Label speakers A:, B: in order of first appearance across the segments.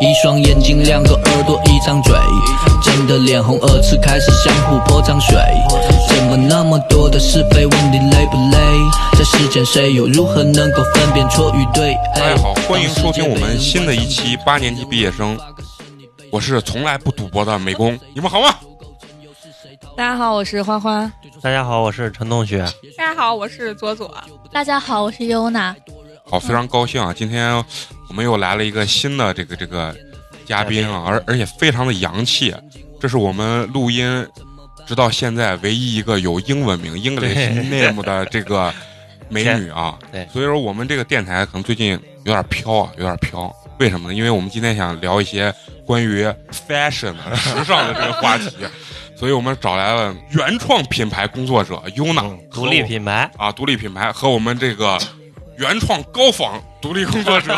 A: 一双眼睛，两个耳朵，一张嘴，真的脸红二次开始相互泼脏水。怎么那么多的是非问题，累不累？在世间谁又如何能够分辨错与对？哎
B: 大家
C: 哎
B: 哎好，欢迎收听我们新的一期八年级毕业生。我是从来不赌博的美工，你们好吗？
D: 大家好，我是花花。
E: 大家好，我是陈同学。
F: 大家好，我是左左。
G: 大家好，我是优娜。
E: 嗯
B: 好，非常高兴啊！今天我们又来了一个新的这个这个嘉宾啊，而而且非常的洋气。啊这是我们录音直到现在唯一一个有英文 名 English
E: 对
B: name 的这个美女啊。
E: 对
B: 所以说我们这个电台可能最近有点飘啊，有点飘。为什么呢？因为我们今天想聊一些关于 fashion 的时尚的这个话题，啊 所以我们找来了原创品牌工作者 Yuna，
E: 嗯独立品牌，
B: 啊，独立品牌和我们这个原创高仿独立工作者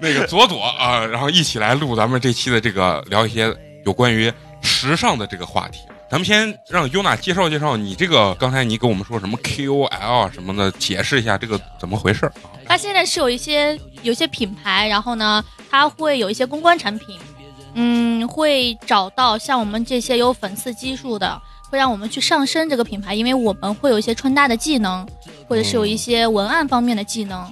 B: 那个左左啊，然后一起来录咱们这期的这个聊一些有关于时尚的这个话题。咱们先让优娜介绍介绍你这个，刚才你跟我们说什么 KOL 什么的，解释一下这个怎么回事儿啊？
G: 它现在是有一些有一些品牌，然后呢，它会有一些公关产品，嗯，会找到像我们这些有粉丝基数的，会让我们去上升这个品牌，因为我们会有一些穿搭的技能，或者是有一些文案方面的技能，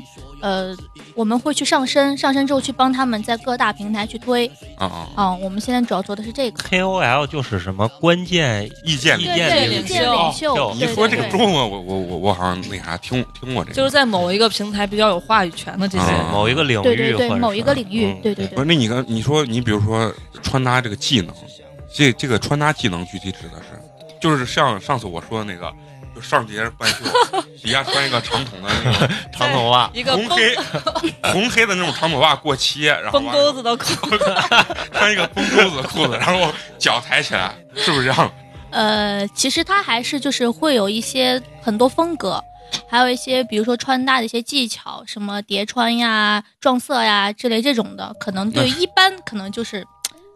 G: 呃，我们会去上升，上升之后去帮他们在各大平台去推。
B: 啊啊，
G: 啊、我们现在主要做的是这个。
E: KOL 就是什么关键
B: 意见
E: 意
B: 领
G: 对
E: 见
G: 对，
E: 领
G: 意见领
E: 袖
G: 袖，
B: 你
G: 对
B: 说这个
G: 对
B: 中文，我我我我好像那啥听听过这个，
D: 就是在某一个平台比较有话语权的这些
E: 对
D: 人，
B: 啊
E: 某一个领域，
G: 对对对，
E: 或者
G: 某一个
E: 是
G: 领域
E: 嗯，
G: 对对对
B: 不。是？那你刚你说你比如说穿搭这个技能，这这个穿搭技能具体指的是，就是像上次我说的那个，就上节半袖，底下穿一个长筒的那 个
E: 长头发，
D: 一个
B: 红
D: 绷
B: 黑 红黑的那种长筒袜过膝，然后
D: 绷钩子的裤子，
B: 穿一个绷钩子的裤子，然后脚抬起来，是不是这样？
G: 呃，其实它还是就是会有一些很多风格，还有一些比如说穿搭的一些技巧，什么叠穿呀、撞色呀之类这种的，可能对于一般可能就是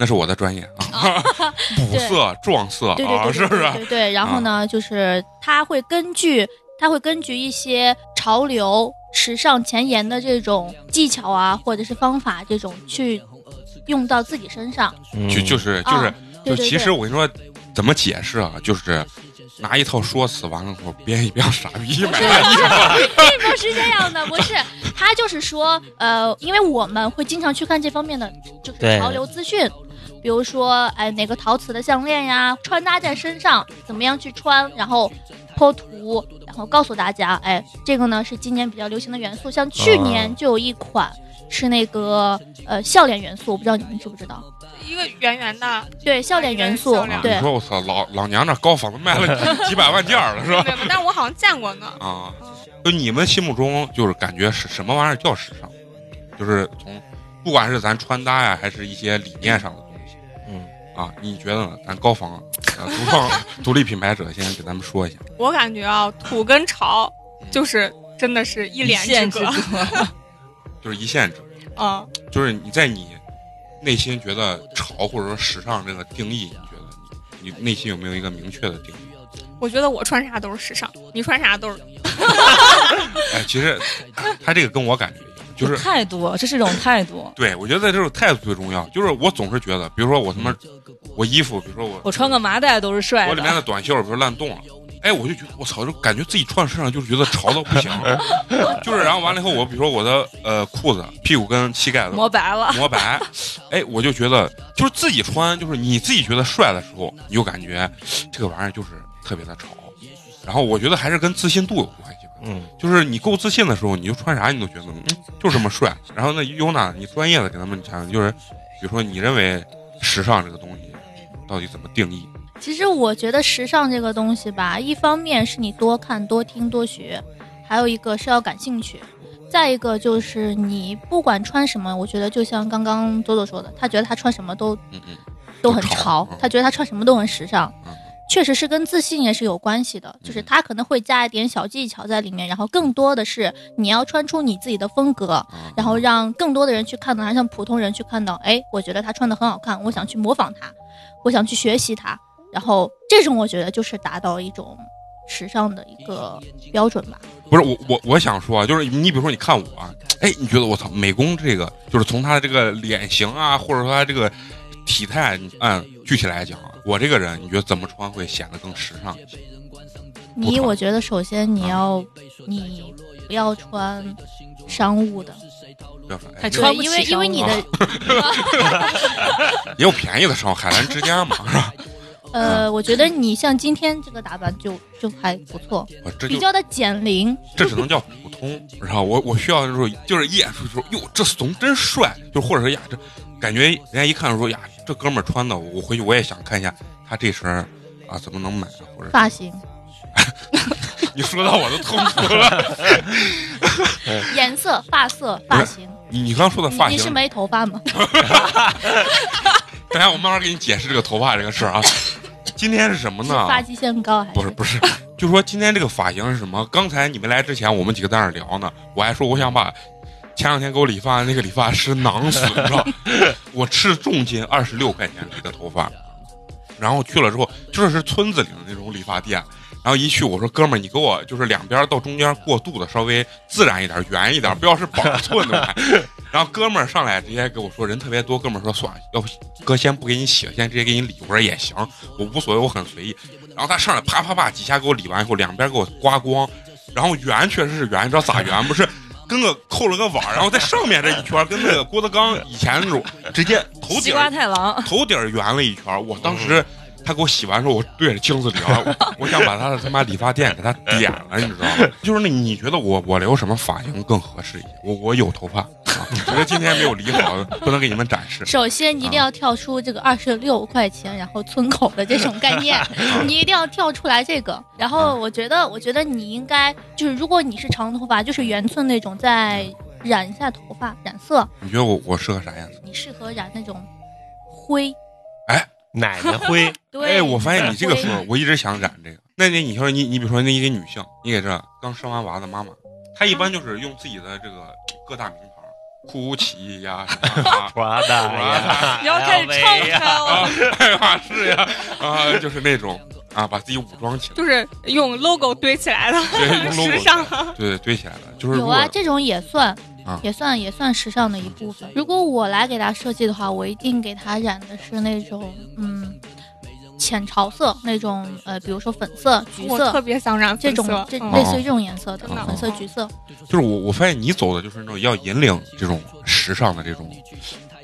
B: 那是我的专业啊， 补色撞色
G: 对对
B: 啊，
G: 对
B: 是
G: 对
B: 不
G: 对
B: 是
G: 对？对对。然后呢，就是它会根据它会根据一些潮流、时尚前沿的这种技巧啊，或者是方法这种去用到自己身上。
E: 嗯
B: 就就是就
G: 啊
B: 是就
G: 对对
B: 其实
G: 对
B: 我跟你说，怎么解释啊？就是拿一套说辞，完了我编一编傻逼
G: 啊
B: 买的衣服。
G: 并不是这样的，不是，他就是说，呃，因为我们会经常去看这方面的就是
E: 对
G: 潮流资讯，比如说，哎，哪个陶瓷的项链呀，穿搭在身上怎么样去穿，然后剖图，然后告诉大家，哎，这个呢是今年比较流行的元素，像去年就有一款是那个呃笑脸元素，我不知道你们知不知道？
F: 一个圆圆的，
G: 对，笑脸元素
F: 笑脸，
B: 你
G: 对。
B: 说我操，老老娘这高仿都卖了几几百万件儿了，是吧？
F: 对吗？但是我好像见过呢。
B: 啊，就你们心目中就是感觉是什么玩意儿叫时尚？就是从不管是咱穿搭呀，还是一些理念上的东西
E: 嗯，
B: 啊，你觉得呢？咱高仿呃独创 独立品牌者先给咱们说一下，
F: 我感觉啊，土跟潮就是真的是一脸
D: 线
F: 隔
D: 之隔。
B: 就是一线制，
F: 啊。
B: 就是你在你内心觉得潮或者说时尚这个定义，你觉得你你内心有没有一个明确的定义？
F: 我觉得我穿啥都是时尚，你穿啥都是。
B: 哎，其实他这个跟我感觉一样，就是
D: 态度，这是一种态度。
B: 对，我觉得这种态度最重要。就是我总是觉得，比如说我他妈，我衣服，比如说我
D: 嗯我穿个麻袋都是帅
B: 我里面
D: 的，
B: 的短袖，比如说烂洞了，哎，我就觉得我操，就感觉自己穿身上就是觉得潮到不行，就是然后完了以后，我比如说我的呃裤子屁股跟膝盖的
D: 磨 白了。
B: 磨白，哎，我就觉得就是自己穿，就是你自己觉得帅的时候，你就感觉这个玩意儿就是特别的潮。然后我觉得还是跟自信度有关系吧。
E: 嗯，
B: 就是你够自信的时候，你就穿啥你都觉得嗯，就这么帅。然后那 Yuna，你专业的给他们讲，就是比如说你认为时尚这个东西到底怎么定义？
G: 其实我觉得时尚这个东西吧，一方面是你多看、多听、多学，还有一个是要感兴趣。再一个就是你不管穿什么，我觉得就像刚刚左左说的，他觉得他穿什么都
B: 嗯嗯，
G: 都很
B: 潮
G: 潮
B: 嗯，
G: 他觉得他穿什么都很时尚
B: 嗯，
G: 确实是跟自信也是有关系的，就是他可能会加一点小技巧在里面，然后更多的是你要穿出你自己的风格，
B: 啊
G: 然后让更多的人去看到他，让普通人去看到，哎，我觉得他穿的很好看，我想去模仿他，我想去学习他，然后这种我觉得就是达到一种时尚的一个标准吧。
B: 不是我我我想说啊，就是你比如说你看我啊，哎，你觉得我操美工这个，就是从他这个脸型啊，或者说他这个体态，你按具体来讲啊，我这个人你觉得怎么穿会显得更时尚一些？
G: 你
B: 同嗯
G: 我觉得首先你要你不要穿商务的，
B: 不要说哎
D: 太
B: 这
D: 穿
G: 对，
D: 不起
G: 因为因为你
B: 商
G: 的
B: 务啊也有便宜的时候，海澜之家嘛，是吧？
G: 呃，
B: 嗯
G: 我觉得你像今天这个打扮就就还不错，
B: 我这
G: 比
B: 就
G: 较的减龄。
B: 这只能叫普通，然后我我需要就是就是一眼出去说哟这怂真帅，就或者说呀这感觉人家一看说呀这哥们儿穿的，我回去我也想看一下他这身儿啊怎么能买，或者
G: 发型、
B: 你说到我都痛苦了。
G: 颜色、发色、发型，
B: 你你刚说的
G: 你
B: 发
G: 你是
B: 型，
G: 没头发吗？
B: 等下我慢慢给你解释这个头发这个事儿啊。今天是什么
G: 是
B: 呢？
G: 发际线高还
B: 不是不是，就说今天这个发型是什么？刚才你们来之前，我们几个在那儿聊呢，我还说我想把前两天给我理发的那个理发师囊死，你知道？ 我斥重金二十六块钱理的头发，然后去了之后，就是村子里的那种理发店。然后一去，我说哥们儿，你给我就是两边到中间过渡的稍微自然一点、圆一点，不要是绑寸的嘛。然后哥们儿上来直接给我说人特别多，哥们儿说算了，要不哥先不给你洗了，先直接给你理。我说也行，我无所谓，我很随意。然后他上来啪啪啪几下给我理完以后，两边给我刮光，然后圆确实是圆，你知道咋圆不是？跟个扣了个碗儿，然后在上面这一圈儿跟那个郭德纲以前那种直接头
D: 西
B: 顶
D: 瓜太郎，
B: 头顶儿圆了一圈儿。我当时他给我洗完之后，我对着镜子里啊，我我想把他的他妈理发店给他点了，你知道吗？就是那你觉得我我留什么发型更合适一些？我我有头发，啊，觉得今天没有理好，不能给你们展示。
G: 首先，你一定要跳出这个二十六块钱，然后村口的这种概
B: 啊
G: 念，你一定要跳出来这个。然后，我觉得，我觉得你应该就是，如果你是长头发，就是圆寸那种，再染一下头发，染色，
B: 你觉得我我适合啥样子？
G: 你适合染那种灰。
E: 奶奶 灰，
G: 对，
B: 哎，我发现你这个
G: 灰
B: 说，我一直想染这个。那那你说你你比如说那一个女性，你给这刚生完娃的妈妈，她一般就是用自己的这个各大名牌，库乌奇呀什么啊
E: Prada 呀，
D: 你要开始唱
E: LV 哎呀
D: 开了
B: 啊，爱马仕呀啊，就是那种啊，把自己武装起来。
F: 就是用 logo 堆起来的，
B: 对，用 logo
F: 时尚。
B: 对对堆起来的，就是如
G: 有
B: 果
G: 啊，这种也算
B: 啊，嗯
G: 也算也算时尚的一部分。如果我来给他设计的话，我一定给他染的是那种嗯浅潮色那种，呃，比如说粉色、橘
F: 啊我
G: 色
F: 特别想染
G: 这
F: 粉
G: 种
F: 色，
G: 这
F: 嗯
G: 类似于这种颜色的
B: 嗯
F: 真的
G: 粉色、橘色。
B: 就是我我发现你走的就是那种要引领这种时尚的这种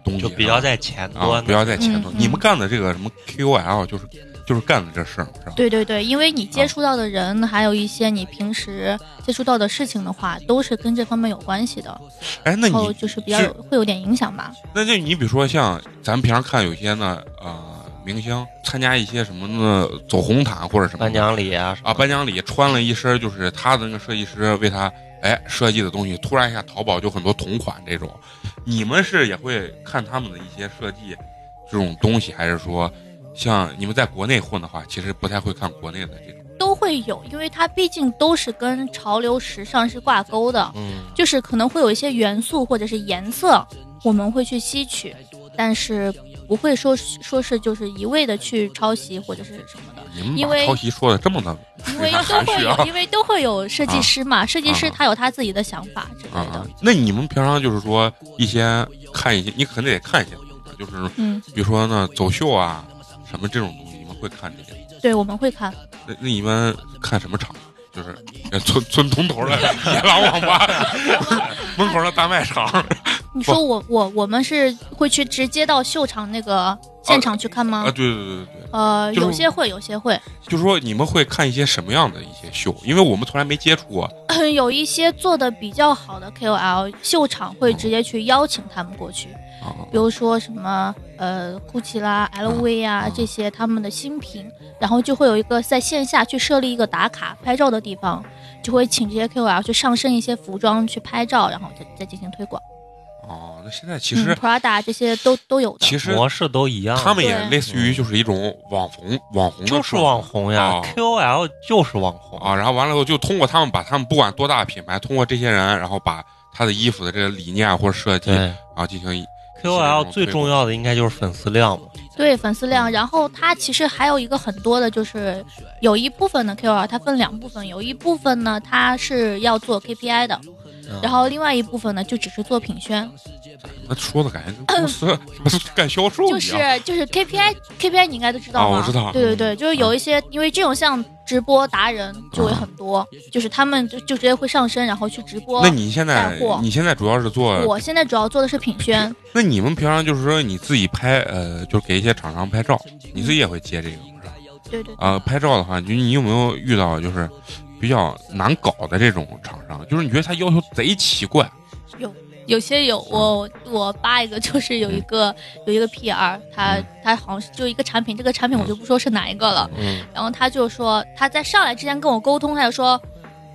B: 东西，
E: 就比较在前
B: 啊，
E: 端
B: 不。要在前头。
G: 嗯嗯
B: 你们干的这个什么 QOL 就是就是干的这事儿，是吧？
G: 对对对，因为你接触到的人，还有一些你平时接触到的事情的话，都是跟这方面有关系的，
B: 哎，那
G: 然后
B: 你
G: 就是比较有会有点影响吧。
B: 那就你比如说像咱们平常看有些呢呃明星参加一些什么呢走红毯或者什么
E: 颁
B: 的
E: 奖礼啊什么
B: 啊，颁奖礼穿了一身就是他的那个设计师为他哎设计的东西，突然一下淘宝就很多同款这种，你们是也会看他们的一些设计这种东西，还是说像你们在国内混的话，其实不太会看国内的这种
G: 都会有，因为它毕竟都是跟潮流时尚是挂钩的，
E: 嗯，
G: 就是可能会有一些元素或者是颜色，我们会去吸取，但是不会说说是就是一味的去抄袭或者是什么的，
B: 你们
G: 因
B: 把
G: 为
B: 抄袭说的这么的
G: 因为
B: 非常
G: 都
B: 含
G: 会
B: 蓄
G: 有，
B: 啊
G: 因为都会有设计师嘛，设计师
B: 啊
G: 他有他自己的想法之类
B: 啊
G: 的，
B: 啊！那你们平常就是说一些看一些，你肯定得看一些东西，就是
G: 嗯，
B: 比如说呢，走秀啊，什么这种东西，你们会看这些？
G: 对，我们 会看，
B: 那那你们看什么场？就是呃村村东头的 野狼网吧，门口的大卖
G: 啊
B: 场，
G: 你说我我我们是会去直接到秀场那个现场去看吗？
B: 啊，对对对对对，
G: 呃，
B: 就是
G: 有些会，有些会，
B: 就是说你们会看一些什么样的一些秀？因为我们从来没接触过，
G: 有一些做的比较好的 KOL 秀
B: 嗯
G: 场会直接去邀请他们过去，
B: 啊
G: 比如说什么呃 GUCCI 啦、LV 啊
B: 啊
G: 这些他们的新品，然后就会有一个在线下去设立一个打卡拍照的地方，就会请这些 KOL 去上身一些服装去拍照，然后再再进行推广。
B: 哦，那现在其实、
G: 嗯、Prada 这些都都有的，
B: 其实
E: 模式都一样，
B: 他们也
G: 对
B: 类似于就是一种网红网红的
E: 就是
B: 状态
E: 网红呀
B: 哦
E: ，KOL 就是网红
B: 啊，，然后完了以后就通过他们把他们不管多大的品牌，通过这些人，然后把他的衣服的这个理念啊或者设计，然
E: 对。
B: 后进行一
E: KOL 最重要的应该就是粉丝量嘛，
G: 对粉丝量，然后它其实还有一个很多的，就是有一部分的 KOL 它分两部分，有一部分呢它是要做 KPI 的，
E: 嗯
G: 然后另外一部分呢就只是做品宣，
B: 那说的感觉跟公司 什么干销售
G: 就
B: 一
G: 是
B: 样。
G: 就是 KPI KPI 你应该都知道
B: 啊
G: 吧？
B: 我知道
G: 对对对，就是有一些因为这种像直播达人就会很多，就是他们就就直接会上身，然后去直播
B: 嗯那。你现在
G: 带货
B: 你现在主要是做，
G: 我现在主要做的是品宣，
B: 那你们平常就是说你自己拍，呃，就是给一些厂商拍照，你自己也会接这个吗？是吧
G: 对对对
B: 啊、拍照的话，就你有没有遇到就是比较难搞的这种厂商？就是你觉得他要求贼奇怪，
G: 有些有我我扒一个，就是有
B: 嗯
G: 一个有一个 PR，他他好像是就一个产品，这个产品我就不说啊是哪一个了。
B: 嗯，
G: 然后他就说他在上来之前跟我沟通，他就说：“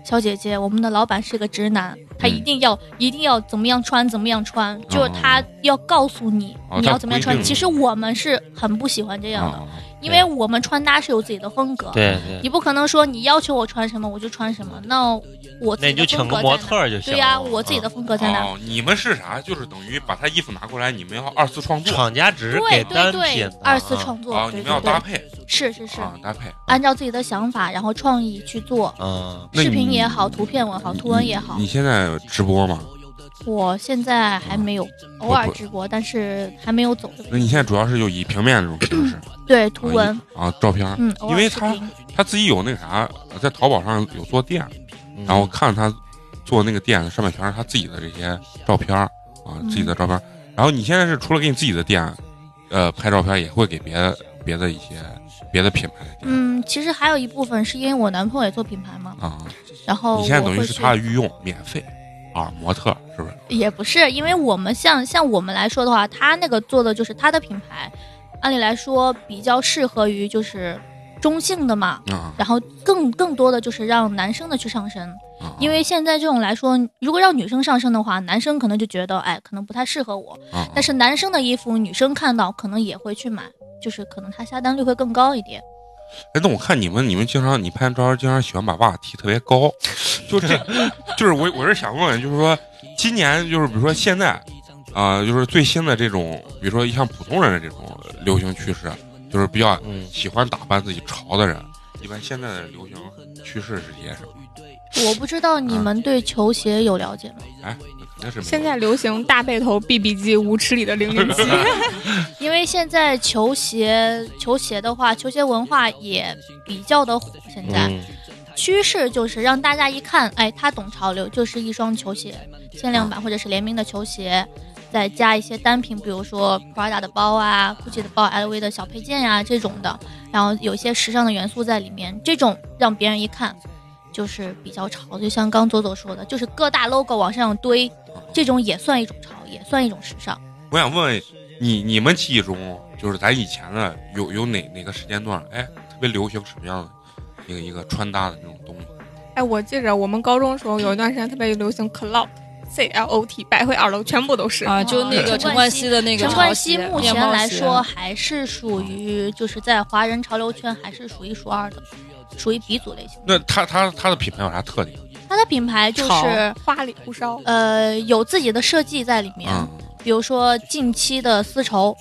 G: 小姐姐，我们的老板是个直男，他
E: 嗯
G: 一定要一定要怎么样穿怎么样
E: 哦
G: 穿，就是他要告诉你
B: 哦
G: 你要怎么样
B: 他
G: 穿。
B: 规定
G: 其实我们是很不喜欢这样的，
B: 啊，
G: 因为我们穿搭是有自己的风格，
E: 哦对对，
G: 你不可能说你要求我穿什么我就穿什么，那我自
E: 那
G: 己
E: 你就
G: 的
E: 请
G: 风
E: 个
G: 格
E: 模
G: 在
E: 特
G: 哪？
E: 儿就行了。
G: 对呀、我自己的风格在哪？
B: 哦，你们是啥？就是等于把他衣服拿过来，你们要二次创
E: 嗯
B: 作
E: 厂家只是
G: 对
E: 给单
G: 对
E: 品
G: 对
E: 的，
G: 二次
E: 啊
G: 创作，
B: 啊，你
G: 对
B: 们要
G: 对
B: 搭
G: 对，
B: 配
G: 是是
E: 哦
G: 是，
B: 啊，搭配。
G: 按照自己的想法，然后创意去做，
E: 啊，
B: 那
G: 视频
B: 你
G: 也好，图片也好，图文也好
B: 你。你现在直播吗？
G: 我现在还没
B: 哦
G: 有，偶尔直播，但是还没有走。
B: 那你现在主要是就以平面这种形式
G: 对图文，
B: 啊，照片儿。
G: 嗯，偶
B: 因
G: 尔
B: 为
G: 视
B: 他
G: 频。
B: 他自己有那个啥，在淘宝上有做店，
E: 嗯
B: 然后我看了他做那个店，上面全是他自己的这些照片儿啊，
G: 嗯
B: 自己的照片儿。然后你现在是除了给你自己的店，呃，拍照片儿也会给别的别的一些别的品牌的店
G: 嗯，其实还有一部分是因为我男朋友也做品牌嘛，
B: 啊。
G: 然后
B: 你现在等
G: 哦我
B: 于
G: 会
B: 是
G: 去
B: 他的御用，免费啊，模特儿是不是？
G: 也不是，因为我们像像我们来说的话，他那个做的就是他的品牌，按理来说比较适合于就是中性的嘛，
B: 啊，
G: 然后更更多的就是让男生的去上身，
B: 啊
G: 因为现在这种来说，如果让女生上身的话，男生可能就觉得哎，可能不太适合我，
B: 啊啊
G: 但是男生的衣服女生看到可能也会去买，就是可能他下单率会更高一点。
B: 哎，那我看你们，你们经常你拍照片儿经常喜欢把袜子提特别 高，就这，就是我我是想问，就是说今年就是比如说现在啊、就是最新的这种，比如说像普通人的这种流行趋势，就是比较
E: 嗯，
B: 喜欢打扮自己潮的人，一般现在的流行趋势是些什么？
G: 我不知道你们对球鞋有了解吗？
B: 哎，肯定是没有
F: 现在流行大背头 BB 机，无耻里的零零七。
G: 因为现在球鞋球鞋的话，球鞋文化也比较的火，现在、
E: 嗯
G: 趋势就是让大家一看，哎，他懂潮流，就是一双球鞋，限量版或者是联名的球鞋。再加一些单品，比如说 Prada 的包啊、GUCCI 的包、LV 的小配件呀、这种的，然后有一些时尚的元素在里面，这种让别人一看就是比较潮。就像刚左左说的，就是各大 logo 往上堆，这种也算一种潮，也算一种时尚。
B: 我想问问你，你们记忆中就是咱以前的有有哪哪个时间段，哎，特别流行什么样的一个一个穿搭的那种东西？
F: 哎，我记着我们高中时候有一段时间特别流行 clout。C L O T 百汇二楼全部都是，
D: 啊，就那个
G: 陈
D: 陈
G: 冠
D: 冠
G: 希
D: 希的那个
G: 陈冠
D: 潮
G: 希
D: 鞋
G: 目前
D: 面包
G: 来
D: 鞋
G: 说还是属于就是在华人潮流圈还是数一数二的，属于鼻祖类型的。
B: 那他他他的品牌有啥特点？
G: 它的品牌就
F: 潮
G: 是
F: 花里胡哨。
G: 呃有自己的设计在里面，
B: 嗯，
G: 比如说近期的丝绸，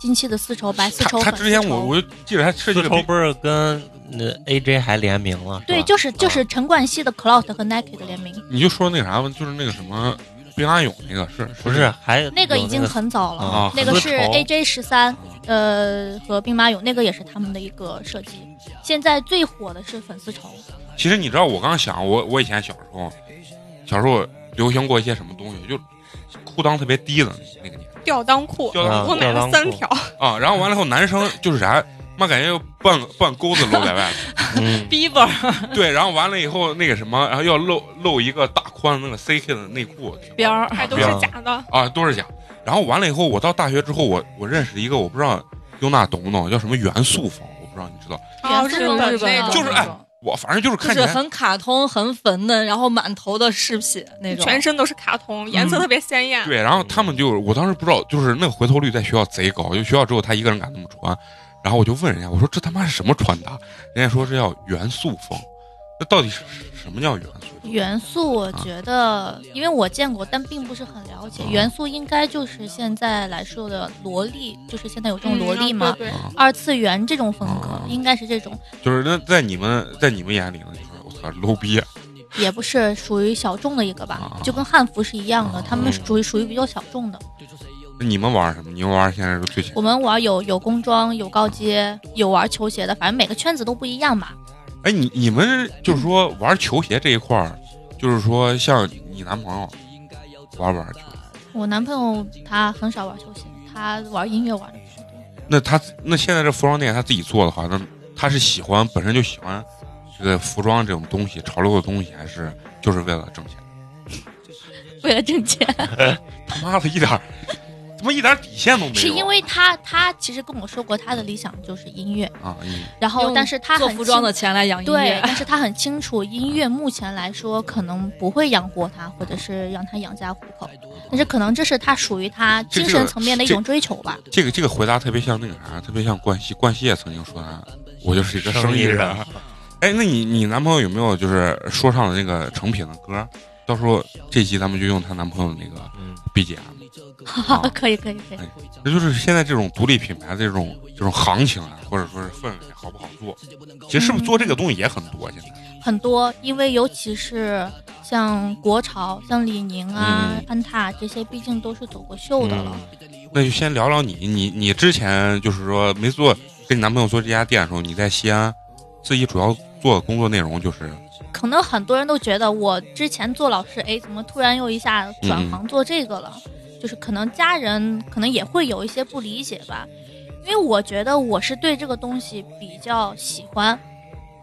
G: 近期的丝绸白丝
B: 他
G: 绸
B: 他
G: 粉
B: 之
G: 丝
B: 前我
G: 绸。
B: 我就记得他设计了
E: 丝绸
B: 比
E: 不是跟那 AJ 还联名了，是
G: 对，
E: 吧
G: 就是就是陈冠希的 Clout 和 Nike 的联名，
B: 你就说那个啥吧，就是那个什么兵马俑那个是
E: 不是还
G: 那个
E: 有
G: 已经很早了，
B: 嗯
E: 啊
G: 那个
E: 丝
G: 是
E: 绸
G: AJ 十三，呃和兵马俑那个也是他们的一个设计。现在最火的是粉丝绸，
B: 其实你知道，我刚想，我我以前小时候，小时候流行过一些什么东西，就裤裆特别低的那个年代
F: 吊裆裤，
B: 吊裆
E: 裤
F: 我买了三条，
B: 啊。然后完了以后，男生就是啥，妈感觉半半钩子露在 外头。
E: 嗯，
D: Bieber，
B: 对，然后完了以后那个什么，然后要露露一个大宽的那个 CK 的内裤
D: 边儿
F: 还都
E: 不要
F: 是假的，
B: 啊，都是假。然后完了以后，我到大学之后，我我认识一个，我不知道优娜懂不懂，叫什么元素风，我不知道你知道。
G: 原
F: 哦，日
G: 色
F: 本
D: 日本
F: 那
D: 的
F: 种，
B: 就是
D: 那
B: 哎
D: 种
B: 我反正就是
D: 啊就
B: 看起
D: 是
B: 来
D: 很卡通、很粉嫩，然后满头的饰品那种，
F: 全身都是卡通，颜
E: 嗯
F: 色特别鲜艳。
B: 对，然后他们就我当时不知道，就是那个回头率在学校贼高，就学校只有他一个人敢那么穿。然后我就问人家，我说这他妈是什么穿搭？人家说这叫元素风，那到底是什么叫元素风？
G: 元素，我觉得，因为我见过，但并不是很了解。元素应该就是现在来说的萝莉，就是现在有这种萝莉嘛，
F: 嗯对对
B: 啊，
G: 二次元这种风格
B: 嗯，
G: 应该是这种，
B: 就是那在你们在你们眼里呢，就是我操 low 逼啊
G: 也不是属于小众的一个吧
B: 啊，
G: 就跟汉服是一样的，他们
E: 嗯
G: 属于属于比较小众的。
B: 那你们玩什么？你们玩现在是最前
G: 我们玩有有工装，有高阶，有玩球鞋的，反正每个圈子都不一样嘛。
B: 哎，你你们就是说玩球鞋这一块儿，就是说像你男朋友玩不玩球？
G: 我男朋友他很少玩球鞋，他玩音乐玩的比较多。
B: 那他那现在这服装店他自己做的话，那他是喜欢本身就喜欢这个服装这种东西，潮流的东西，还是就是为了挣钱？
G: 为了挣钱，
B: 他妈的一点儿，怎么一点底线都没有？
G: 是因为他他其实跟我说过他的理想就是音乐，
B: 啊，你
G: 然后
D: 用
G: 但是他
D: 做
G: 很
D: 服装的
G: 清
D: 钱来养音
G: 对
D: 乐，，
G: 但是他很清楚音乐目前来说可能不会养活他，或者是让他养家糊口，但是可能这是他属于他
B: 这
G: 精
B: 这个
G: 神层面的一种追求吧。
B: 这个这个回答特别像那个啥，特别像冠希，冠希也曾经说他，我就是一个生意人。哎，那你你男朋友有没有就是说唱的那个成品的歌？到时候这期咱们就用她男朋友的那个
E: 嗯，
B: BGM，、啊
G: 可以可以可以，
B: 这就是现在这种独立品牌的这种这种行情啊，或者说是氛围好不好做？其实是不是做这个东西也很多？现在
G: 很多，因为尤其是像国潮、像李宁啊、
B: 嗯
G: 安踏这些，毕竟都是走过秀的了。
B: 那就先聊聊你，你你之前就是说没做跟你男朋友做这家店的时候，你在西安自己主要做的工作内容就是
G: 可能很多人都觉得我之前做老师，哎，怎么突然又一下转行做这个了？就是可能家人可能也会有一些不理解吧，因为我觉得我是对这个东西比较喜欢，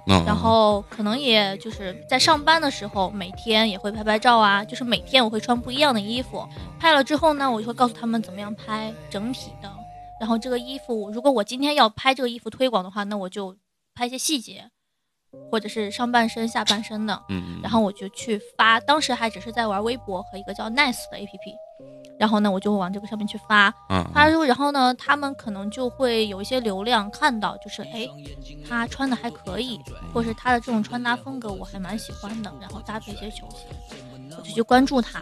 B: 嗯，
G: 然后可能也就是在上班的时候，每天也会拍拍照啊，就是每天我会穿不一样的衣服，拍了之后呢，我就会告诉他们怎么样拍整体的，然后这个衣服，如果我今天要拍这个衣服推广的话，那我就拍一些细节，或者是上半身、下半身的，
B: 嗯，
G: 然后我就去发，当时还只是在玩微博和一个叫 Nice 的 APP，然后呢，我就往这个上面去发，
B: 嗯
G: 发了之后，然后呢，他们可能就会有一些流量看到，就是哎，他穿的还可以，或是他的这种穿搭风格我还蛮喜欢的，然后搭配一些球鞋，我就去关注他。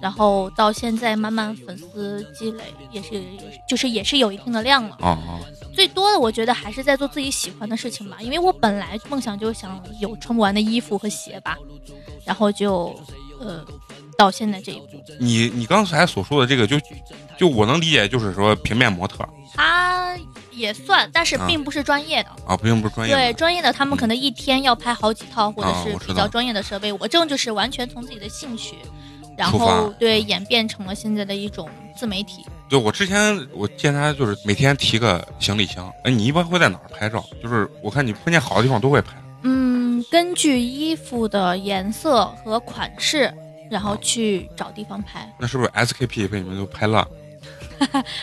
G: 然后到现在慢慢粉丝积累，也是也是就是也是有一定的量了。
B: 啊啊
G: 最多的我觉得还是在做自己喜欢的事情吧，因为我本来梦想就是想有穿不完的衣服和鞋吧，然后就呃到现在这一步，
B: 你你刚才所说的这个就，就我能理解，就是说平面模特
G: 他也算，但是
B: 啊
G: 并不是专业的。
B: 啊，并不是专业
G: 对
B: 的。
G: 专业的，他们可能一天要拍好几套，或者
B: 啊
G: 是
B: 我知
G: 比
B: 道
G: 较专业的设备。我这种就是完全从自己的兴趣，然
B: 出发
G: 后对演变成了现在的一种自媒体。
B: 对，我之前我见他就是每天提个行李箱。哎，你一般会在哪儿拍照？就是我看你碰见好的地方都会拍。
G: 嗯，根据衣服的颜色和款式，然后去找地方拍。
B: 那是不是 SKP 被你们都拍烂？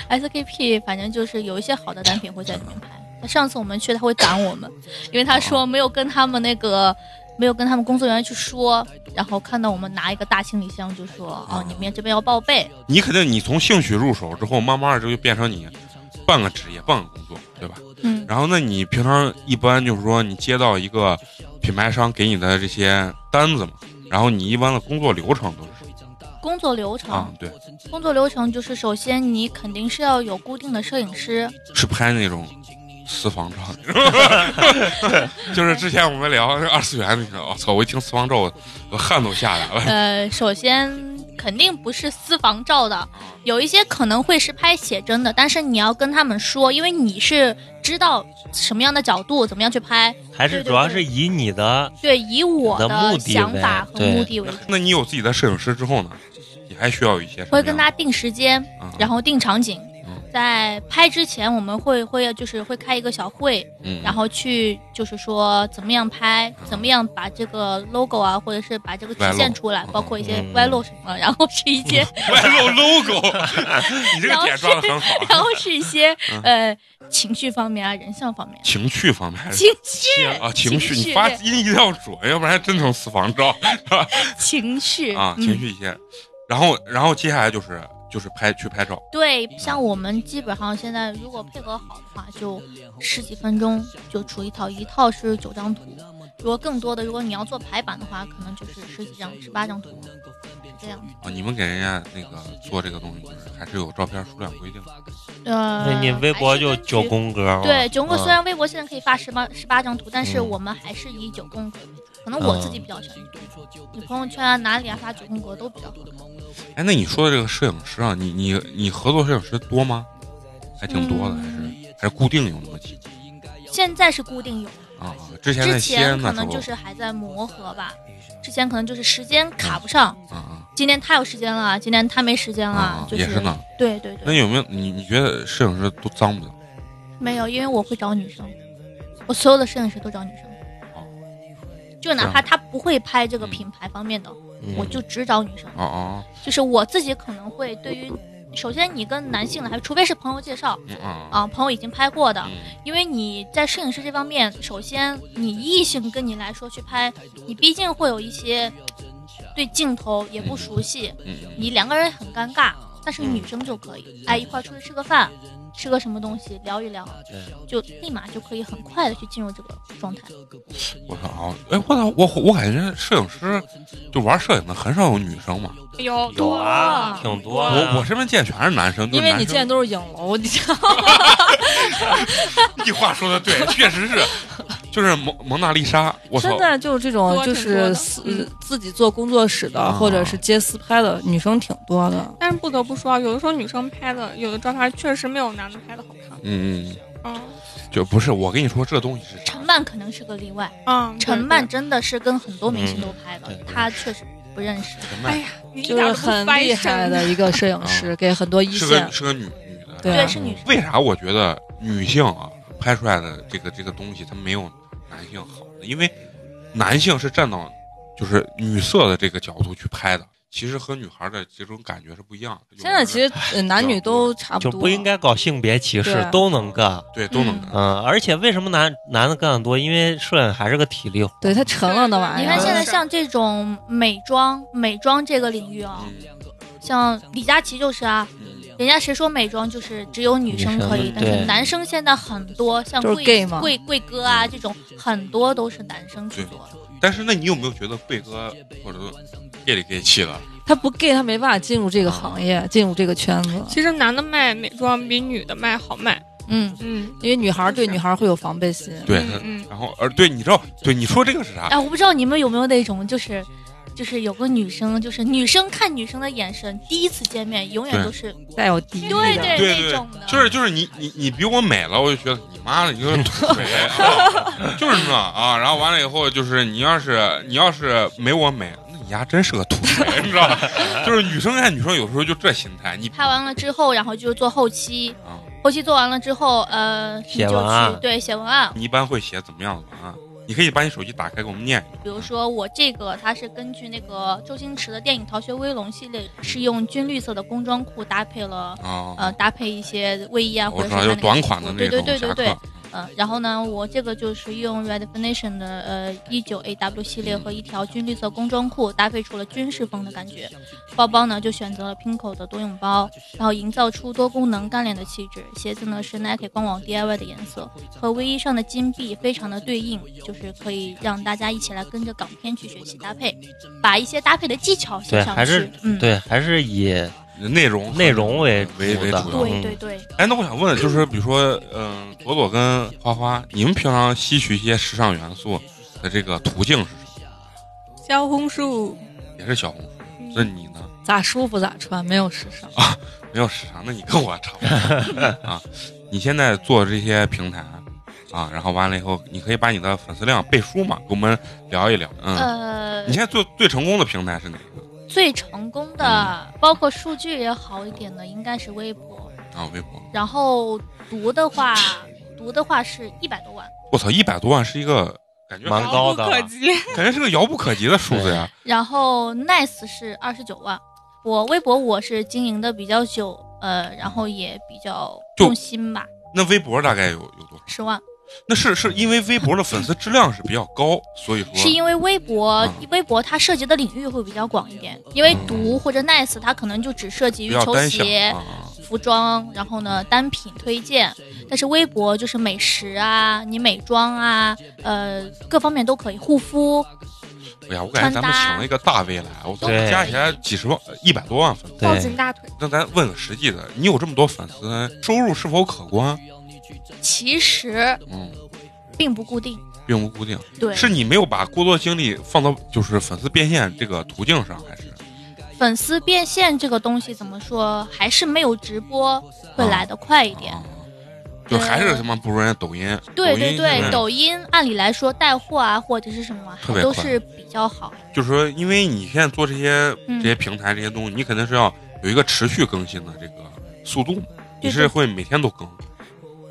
G: SKP 反正就是有一些好的单品会在里面拍。那上次我们去，他会赶 我们，因为他说没有跟他们那个，没有跟他们工作人员去说，然后看到我们拿一个大行李箱，就说
B: 啊
G: 哦，你们这边要报备。
B: 你肯定你从兴趣入手之后，慢慢的这就变成你半个职业、半个工作，对吧？
G: 嗯，
B: 然后，那你平常一般就是说，你接到一个品牌商给你的这些单子嘛，然后你一般的工作流程都是什么
G: 工作流
B: 啊
G: 程，？
B: 对，
G: 工作流程就是首先你肯定是要有固定的摄 影师，
B: 是拍那种私房照， 就是之前我们聊那二次元那个，我操！我一听私房照，我我汗都下来了。
G: 呃，首先肯定不是私房照的，
E: 啊
G: 有一些可能会是拍写真的，但是你要跟他们说，因为你是知道什么样的角度，怎么样去拍。
E: 还是
G: 对对
E: 主要
G: 对
E: 是以你的
G: 对，以我
E: 的目的
G: 想
E: 呗
G: 法和
E: 对
G: 目的为主，
B: 那你有自己的摄影师之后呢？你还需要一些什么样的？
G: 会跟他定时间，
B: 啊，
G: 然后定场景
B: 嗯，
G: 在拍之前，我们会会就是会开一个小会，
B: 嗯，
G: 然后去就是说怎么样拍，怎么样把这个 logo 啊，或者是把这个
B: 歪漏
G: 体现出来，包括一些歪漏什么， 然后是一些，
B: 外露 logo，你这个点抓的很好。啊
G: 然后是 一些
B: 嗯
G: 呃情绪方面啊，人像方面，
B: 情绪方面
G: 情绪
B: 啊，情绪，
G: 情绪
B: 你发
G: 对
B: 音一定要准，要不然还真成私房照
G: 情绪
B: 啊。
G: 嗯
B: 情绪一些，然后然后接下来就是就是拍去拍照，
G: 对，像我们基本上现在如果配合好的话，就十几分钟就出一套，一套是九张图。如果更多的，如果你要做排版的话，可能就是十几张、十八张图，是这样。
B: 啊，你们给人家那个做这个东西，就是还是有照片数量规定的。
G: 呃，
E: 那你微博就九。宫格
B: 哦
E: 嘛，
G: 对，九宫
E: 嗯
G: 格虽然微博现在可以发十八十八张图，但是
E: 嗯
G: 我们还是以九宫格为主。可能我自
B: 嗯
G: 己比较喜欢九宫格，你朋友圈啊哪里啊发九宫格都比较好看。
B: 哎，那你说的这个摄影师啊，你你你合作摄影师多吗？还挺多的，还
G: 嗯
B: 是还是固定有那么几个
G: 现在是固定有，
B: 啊？之前在
G: 之
B: 西安
G: 前
B: 的
G: 可
B: 时候
G: 能就是还在磨合吧，之前可能就是时间卡不上。
B: 啊啊
G: 今天他有时间了，今天他没时间
B: 啊
G: 了，
B: 啊，
G: 就是
B: 也是哎呢。
G: 对对
B: 那
G: 对，
B: 有没有你你觉得摄影师都脏不脏？
G: 没有，因为我会找女生，我所有的摄影师都找女生，
B: 哦
G: 就哪
B: 这
G: 怕
B: 样
G: 他不会拍这个
B: 嗯
G: 品牌方面的，
E: 嗯
G: 我就只找女生。
B: 哦哦，
G: 就是我自己可能会对于，首先你跟男性的，还除非是朋友介绍
B: 嗯啊
G: 啊，朋友已经拍过的，
B: 嗯
G: 因为你在摄影师这方面，首先你异性跟你来说去拍，你毕竟会有一些对镜头也不熟悉，
B: 嗯
G: 你两个人很尴尬，但是女生就可以，哎，一块儿出去吃个饭，吃个什么东西，聊一聊，就立马就可以很快的去进入这个状态。
B: 嗯，我操啊！哎，我操，我我感觉摄影师就玩摄影的很少有女生嘛，
F: 有
E: 有啊，
G: 多嗯
E: 挺多的。
B: 我我身边见全是男生，
D: 因为你见
B: 见
D: 的都是影楼，你知道吗？
B: 你话说的 对，确实是，就是蒙蒙娜丽莎，我操
D: 现，在就是这种
F: 多，
D: 就
F: 挺多
D: 是
F: 的
D: 私
F: 嗯
D: 自己做工作室的，
B: 啊
D: 或者是接私拍的女生挺多的。
F: 但是不得不说，啊有的时候女生拍的有的照片确实没有男的拍的好看。
B: 嗯嗯，
F: 嗯
B: 就不是我跟你说这东西是啥
G: 陈曼可能是个例外，
F: 嗯，
G: 陈曼真的是跟很多明星都拍
E: 嗯
G: 的
E: 对，
G: 她确实不认识。
B: 陈
F: 哎
B: 曼
F: 呀，你一
D: 就
F: 点
D: 是
F: 都不
D: 很
F: 翻
D: 厉
F: 身
D: 害的一个摄影师，给很多一
B: 啊是
D: 线
B: 个。是个女女的，
D: 对
G: 对，
D: 啊
G: 是女生。
B: 为啥我觉得女性啊拍出来的这个这个东西，它没有男性好呢？因为男性是站到就是女色的这个角度去拍的，其实和女孩的这种感觉是不一样的。
D: 现在其实呃男女都差
E: 就
D: 多，
E: 不应该搞性别歧视
D: 对，
E: 都能干。
B: 对都能干，
E: 嗯，而且为什么男男的干的多？因为摄影还是个体力活。
D: 对他沉了那玩意儿。
G: 你看现在
F: 是
G: 像这种美妆，美妆这个领域啊，像李佳琦就是啊，
B: 嗯
G: 人家谁说美妆就是只有女生可以
E: 女生，
G: 但是
E: 对
G: 男生现在很多像
D: 就是
G: 贵
D: gay 嘛
G: 贵贵哥啊这种，很多都是男生去做的。
B: 但是那你有没有觉得贝哥或者说 gay 里 gay 气的？
D: 他不 gay，他没办法进入这个行业，
B: 嗯
D: 进入这个圈子。
F: 其实男的卖美妆比女的卖好卖。
D: 嗯，
F: 嗯，
D: 因为女孩儿对女孩儿会有防备心。
B: 对，
F: 嗯
B: 他
F: 嗯
B: 然后而对你知道，对你说这个是啥？
G: 哎，我不知道你们有没有那种，就是就是有个女生，就是女生看女生的眼神，第一次见面永远
B: 对
G: 都是
D: 再有第一，
G: 对
B: 对对
G: 那种的，
B: 就是就是你你你比我美了，我就觉得你妈的你就是土匪， 啊就是那啊。然后完了以后，就是你要是你要是没我美，那你丫真是个土匪，你知道吧？ 就是女生爱女生有时候就这心态，你
G: 拍完了之后，然后就是做后期，
B: 啊，
G: 后期做完了之后，呃，你
E: 写
G: 就
E: 文案
G: 去对写文案，
B: 你一般会写怎么样的文案？你可以把你手机打开给我们念一遍。
G: 比如说我这个，它是根据那个周星驰的电影《逃学威龙》系列，是用军绿色的工装裤搭配了。
B: 啊，
G: 呃，搭配一些卫衣啊，或
B: 我
G: 者
B: 知
G: 是
B: 道，就是
G: 穿那个
B: 短款的
G: 西服
B: 那
G: 对
B: 种
G: 对对
B: 夹
G: 对对
B: 克，，
G: 嗯、然后呢，我这个就是用 Redfinition 的呃一九 AW 系列和一条军绿色工装裤搭配出了军事风的感觉，包包呢就选择了 Pinko 的多用包，然后营造出多功能干练的气质。鞋子呢是 Nike 官网 DIY 的颜色，和卫衣上的金币非常的对应，就是可以让大家一起来跟着港片去学习搭配，把一些搭配的技巧写
E: 对
G: 上
E: 还是
G: 去。嗯，
E: 对，还是以
B: 内容嗯
E: 内容为
B: 为为
E: 主的
B: 主要。
G: 呃对对对，
B: 哎，那我想问，就是比如说，嗯，朵朵跟花花，你们平常吸取一些时尚元素的这个途径是什
F: 小红书
B: 么？也是小红书。那你呢？
D: 咋舒服咋穿，没有时尚。
B: 啊没有时尚，那你跟我差不 多啊。你现在做这些平台啊，然后完了以后，你可以把你的粉丝量背书嘛，给我们聊一聊。嗯，
G: 呃
B: 你，现在做最成功的平台是哪个？
G: 最成功的，包括数据也好一点的，应该是微博。
B: 啊，微博。
G: 然后读的话，读的话是一百多万。
B: 我操，一百多万是一个感觉
E: 蛮高啊的
F: 遥不可及。
B: 感觉是个遥不可及的数字呀。
G: 然后 Nice 是二十九万。我微博我是经营的比较久，呃，然后也比较
B: 就
G: 用心吧，
B: 那微博大概有有多少？
G: 十万。
B: 那是是因为微博的粉丝质量是比较高，所以说
G: 是因为微博
B: 嗯，
G: 微博它涉及的领域会比较广一点，因为读或者 Nice 它可能就只涉
B: 比
G: 及于
B: 较
G: 球
B: 单向
G: 鞋、
B: 啊。
G: 服装，然后呢单品推荐，但是微博就是美食啊，你美妆啊，呃各方面都可以，护肤
B: 哎呀，我感觉咱们请了一个大 V 来，我操，
E: 对
B: 加起来几十万、一百多万粉丝。
F: 抱
E: 对
F: 紧大腿，
B: 那咱问个实际的，你有这么多粉丝，收入是否可观？
G: 其实
B: 嗯，
G: 并不固定，
B: 并无固定。
G: 对，
B: 是你没有把过多精力放到就是粉丝变现这个途径上，还是
G: 粉丝变现这个东西怎么说，还是没有直播会来的快一点。
B: 啊？
G: 嗯
B: 就还是他妈不如人家抖音。
G: 对
B: 抖音
G: 对对，
B: 是
G: 抖音按理来说带货啊或者是什么
B: 特别
G: 都
B: 快
G: 是比较好。
B: 就是说，因为你现在做这些
G: 嗯
B: 这些平台这些东西，你肯定是要有一个持续更新的这个速度嘛。你是会每天都更，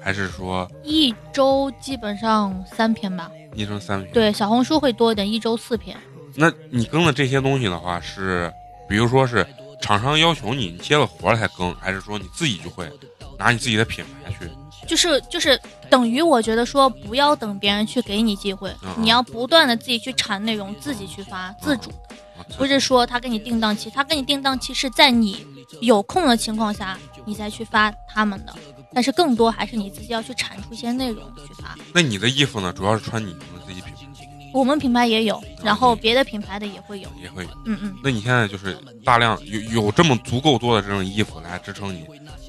B: 还是说
G: 一周基本上三篇吧，
B: 一周三篇？
G: 对，小红书会多一点，一周四篇。
B: 那你更的这些东西的话是，比如说是厂商要求你，你接了活儿才更，还是说你自己就会拿你自己的品牌去？
G: 就是就是等于我觉得说不要等别人去给你机会，
B: 嗯
G: 你要不断的自己去产内容，自己去发，啊自主，
B: 啊
G: 不是说他给你定档期，他给你定档期是在你有空的情况下你再去发他们的，但是更多还是你自己要去产出一些内容去发。
B: 那你的衣服呢，主要是穿你们自己品牌
G: 我们品牌也有，然后别的品牌的也会有，
B: 也会有。
G: 嗯嗯，
B: 那你现在就是大量有有这么足够多的这种衣服来支撑你，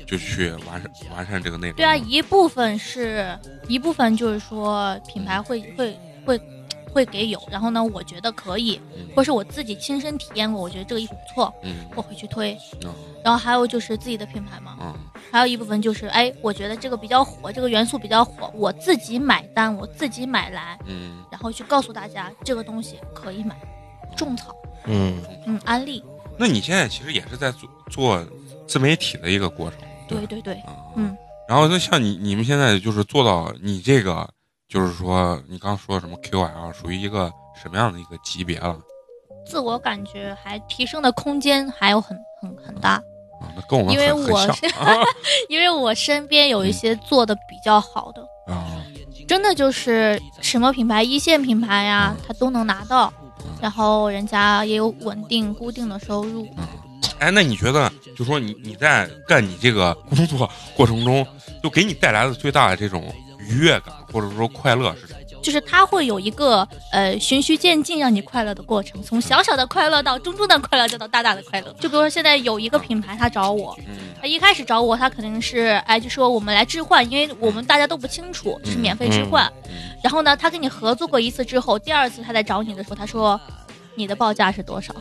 B: 就去完善完善这个内容。
G: 对啊，一部分是一部分就是说品牌会会会会给有，然后呢，我觉得可以，或
B: 嗯
G: 是我自己亲身体验过，我觉得这个衣服不错，
B: 嗯
G: 我会去推。
B: 嗯
G: 然后还有就是自己的品牌嘛，
B: 嗯
G: 还有一部分就是，哎，我觉得这个比较火，这个元素比较火，我自己买单，我自己买来，
B: 嗯，
G: 然后去告诉大家这个东西可以买，种草，
E: 嗯，
G: 嗯，安利，
B: 那你现在其实也是在做做自媒体的一个过程，吧
G: 对对对，
B: 啊，
G: 嗯。
B: 然后那像你你们现在就是做到你这个，就是说你刚说什么 QL 属于一个什么样的一个级别了
G: 自我感觉还提升的空间还有很很很大。
B: 啊？那跟我们
G: 因为
B: 很很
G: 我
B: 像
G: 是因为我身边有一些做的比较好的，
B: 啊，
G: 真的就是什么品牌一线品牌呀、他都能拿到，然后人家也有稳定固定的收入。
B: 哎，那你觉得，就说你你在干你这个工作过程中，就给你带来的最大的这种愉悦感或者说快乐是什么？
G: 就是他会有一个呃循序渐进让你快乐的过程，从小小的快乐到中中的快乐，再到大大的快乐。就比如说现在有一个品牌，他找我，
B: 嗯
G: 他一开始找我，他肯定是哎就说我们来置换，因为我们大家都不清楚，就是免费置换。
B: 嗯
G: 然后呢，他跟你合作过一次之后，第二次他再找你的时候，他说你的报价是多少？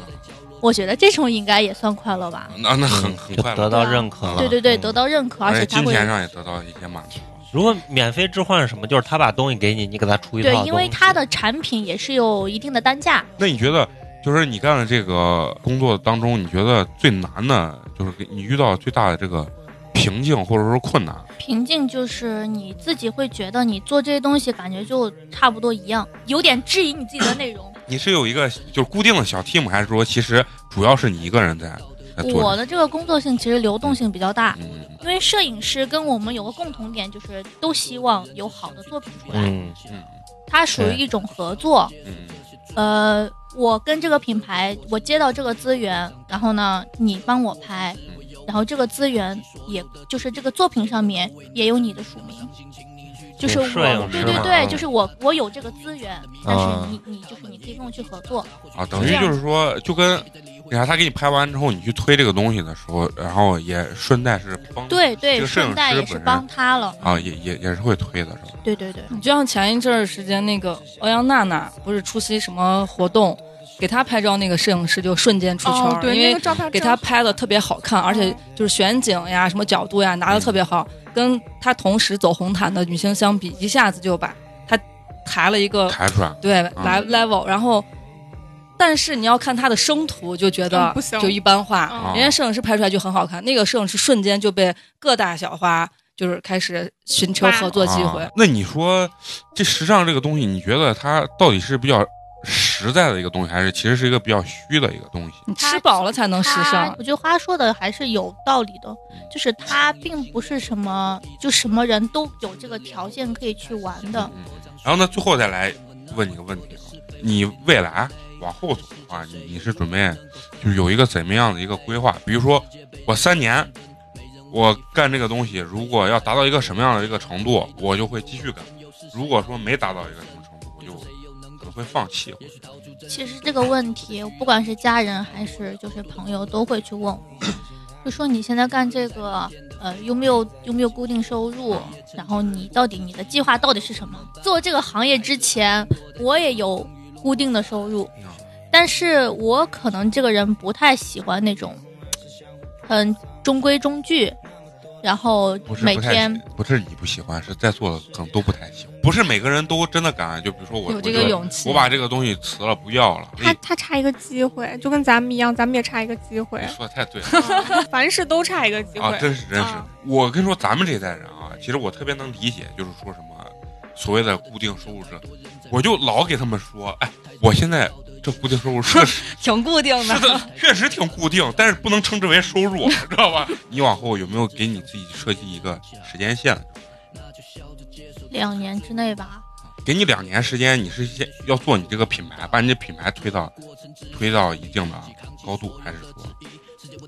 G: 我觉得这种应该也算快乐吧。
B: 那那很很
E: 嗯就
B: 快
E: 得
B: 乐，
E: 到认可了。
G: 对对对，
E: 嗯
G: 得到认可，而
B: 而
G: 且
B: 且
G: 他
B: 金
G: 会
B: 钱上也得到一些满足。
E: 如果免费置换是什么，就是他把东西给你，你给他出一套
G: 对
E: 东，西。
G: 因为他的产品也是有一定的单价。
B: 那你觉得，就是你干的这个工作当中，你觉得最难的，就是给你遇到最大的这个瓶颈或者说困难？
G: 瓶颈就是你自己会觉得你做这些东西感觉就差不多一样，有点质疑你自己的内 容。
B: 你是有一个就是固定的小 team，还是说其实主要是你一个人在在哎做？
G: 我的这个工作性其实流动性比较大，
B: 嗯，嗯
G: 因为摄影师跟我们有个共同点，就是都希望有好的作品出来。
E: 嗯，
B: 嗯
G: 它属于
E: 对
G: 一种合作。
B: 嗯
G: 呃，我跟这个品牌，我接到这个资源，然后呢，你帮我拍，
B: 嗯
G: 然后这个资源也就是这个作品上面也有你的署名，就是
E: 有
G: 我
E: 摄影
G: 对
E: 师
G: 对
E: 嘛
G: 对，
E: 嗯
G: 就是我我有这个资源，但是
B: 嗯
E: 啊
G: 你你就是你可以跟我去合作，
B: 啊，等于
G: 这样
B: 就是说，就跟然后他给你拍完之后，你去推这个东西的时候，然后也顺带是帮
G: 对
B: 这
G: 对，
B: 个摄影
G: 顺带
B: 师
G: 也
B: 本
G: 是
B: 人
G: 帮他了，
B: 啊，也也也是会推的，是吧？
G: 对对对，
H: 你就像前一阵儿时间那个欧阳娜娜，不是出席什么活动，给她拍照那个摄影师就瞬间出圈儿，
F: 哦，对，
H: 因
F: 那
H: 为
F: 个照片
H: 给她
F: 真
H: 拍的特别好看，而且就是选景呀、什么角度呀拿的特别好，跟她同时走红毯的女星相比，一下子就把她抬了一个
G: 嗯
B: 抬出来，
H: 对来 level，然后但是你要看他的生图，就觉得
F: 嗯不行
H: 就一般化。
B: 啊
F: 嗯
H: 人家摄影师拍出来就很好看，那个摄影师瞬间就被各大小花就是开始寻求合作机会
B: 啊。那你说这时尚这个东西，你觉得它到底是比较实在的一个东西，还是其实是一个比较虚的一个东西？
H: 你吃饱了才能时
G: 他
H: 尚，
G: 我觉得花说的还是有道理的，就是他并不是什么就什么人都有这个条件可以去玩的。
B: 嗯。然后呢，最后再来问你个问题啊，你未来往后走的话，你你是准备就是有一个怎么样的一个规划？比如说我三年。我干这个东西，如果要达到一个什么样的一个程度，我就会继续干；如果说没达到一个什么程度，我就可能会放弃。
G: 其实这个问题，不管是家人还是就是朋友，都会去问我，就说你现在干这个，呃，有没有有没有固定收入？然后你到底你的计划到底是什么？做这个行业之前，我也有固定的收入，
B: 嗯
G: 但是我可能这个人不太喜欢那种很中规中矩，然后
B: 不是
G: 每
B: 不太
G: 天
B: 喜不是你不喜欢，是在座的可能都不太喜欢。不是每个人都真的敢，就比如说我
H: 有
B: 我
H: 这
B: 就
H: 个勇气
B: 我。把这个东西辞了，不要了。
E: 哎
F: 他他差一个机会，就跟咱们一样，咱们也差一个机会
B: 哎
F: 嗯
B: 你，说的太对了。
F: 凡事都差一个机
B: 啊，
F: 会。
B: 真是真是
F: 啊，
B: 我跟你说，咱们这代人啊，其实我特别能理解，就是说什么所谓的固定收入制，我就老给他们说，哎，我现在这固定收入是是
H: 挺固定的，
B: 的，确实挺固定，但是不能称之为收入，知道吧？你往后有没有给你自己设计一个时间线？
G: 两年之内吧，
B: 给你两年时间，你是先要做你这个品牌，把你这品牌推到推到一定的高度，还是说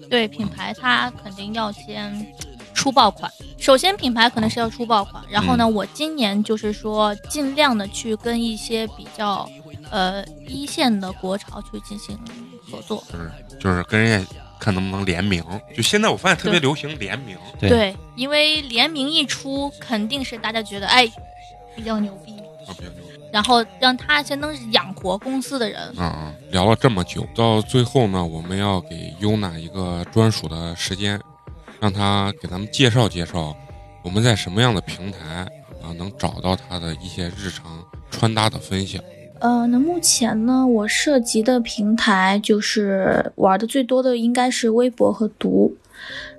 G: 对品牌，它肯定要先出爆款。首先，品牌可能是要出爆款，然后呢，我今年就是说尽量的去跟一些比较呃一线的国潮去进行合作。
B: 就是就是跟人家看能不能联名？就现在我发现特别
G: 对
B: 流行联名，啊
E: 对
G: 因为联名一出，肯定是大家觉得哎比较牛逼，
B: 啊，比较流行。
G: 然后让他先能养活公司的人。
B: 嗯，聊了这么久，到最后呢，我们要给优娜一个专属的时间，让她给咱们介绍介绍，我们在什么样的平台啊能找到她的一些日常穿搭的分享。
I: 呃，那目前呢，我涉及的平台就是玩的最多的应该是微博和读，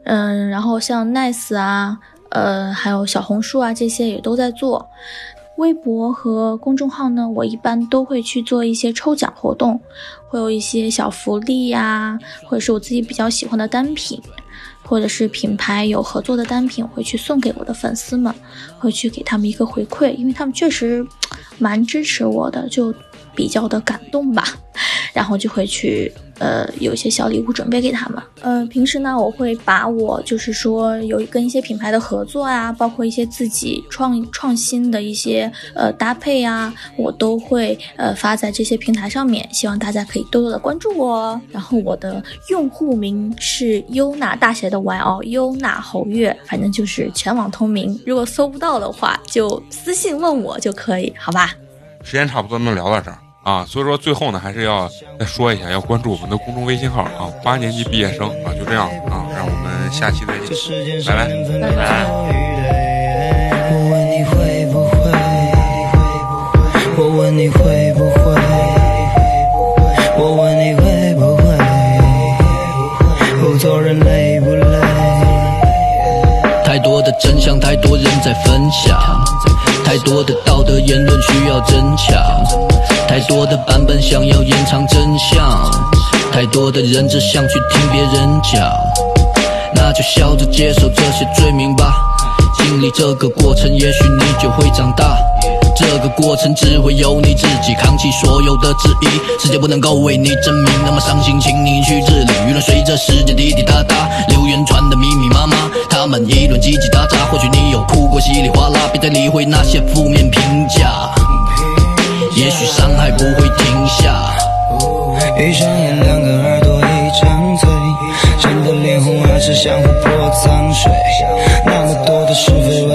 I: 嗯，然后像 Nice 啊，呃，还有小红书啊这些也都在做。微博和公众号呢，我一般都会去做一些抽奖活动，会有一些小福利呀、或者是我自己比较喜欢的单品，或者是品牌有合作的单品，会去送给我的粉丝们，会去给他们一个回馈，因为他们确实蛮支持我的，就比较的感动吧，然后就会去呃有一些小礼物准备给他们。呃，平时呢，我会把我就是说有跟一些品牌的合作啊，包括一些自己创创新的一些呃搭配啊，我都会呃发在这些平台上面，希望大家可以多多的关注我哦。然后我的用户名是优娜大写的 Y 哦，优娜侯月，反正就是全网通名。如果搜不到的话，就私信问我就可以，好吧？
B: 时间差不多，那聊到这儿啊。所以说最后呢，还是要再说一下，要关注我们的公众微信号啊，八年级毕业生啊，就这样啊，让我们下期再见。拜拜
A: 拜拜。我问你会不会？我问你会不会？我问你会不会？不做人累不累？
C: 太多的真相，太多人在分享，太多的道德言论需要争抢，太多的版本想要延长真相，太多的人只想去听别人讲，那就笑着接受这些罪名吧。经历这个过程，也许你就会长大。这个过程只会由你自己扛起所有的质疑，世界不能够为你证明。那么伤心，请你去治理。舆论随着时间滴滴答答，流言传得密密麻麻，他们议论叽叽喳喳。或许你有哭过稀里哗啦，别再理会那些负面评价。也许伤害不会停下。
A: 一睁眼，两个耳朵，一张嘴，真的脸红耳赤，相互泼脏水。那么多的是非，为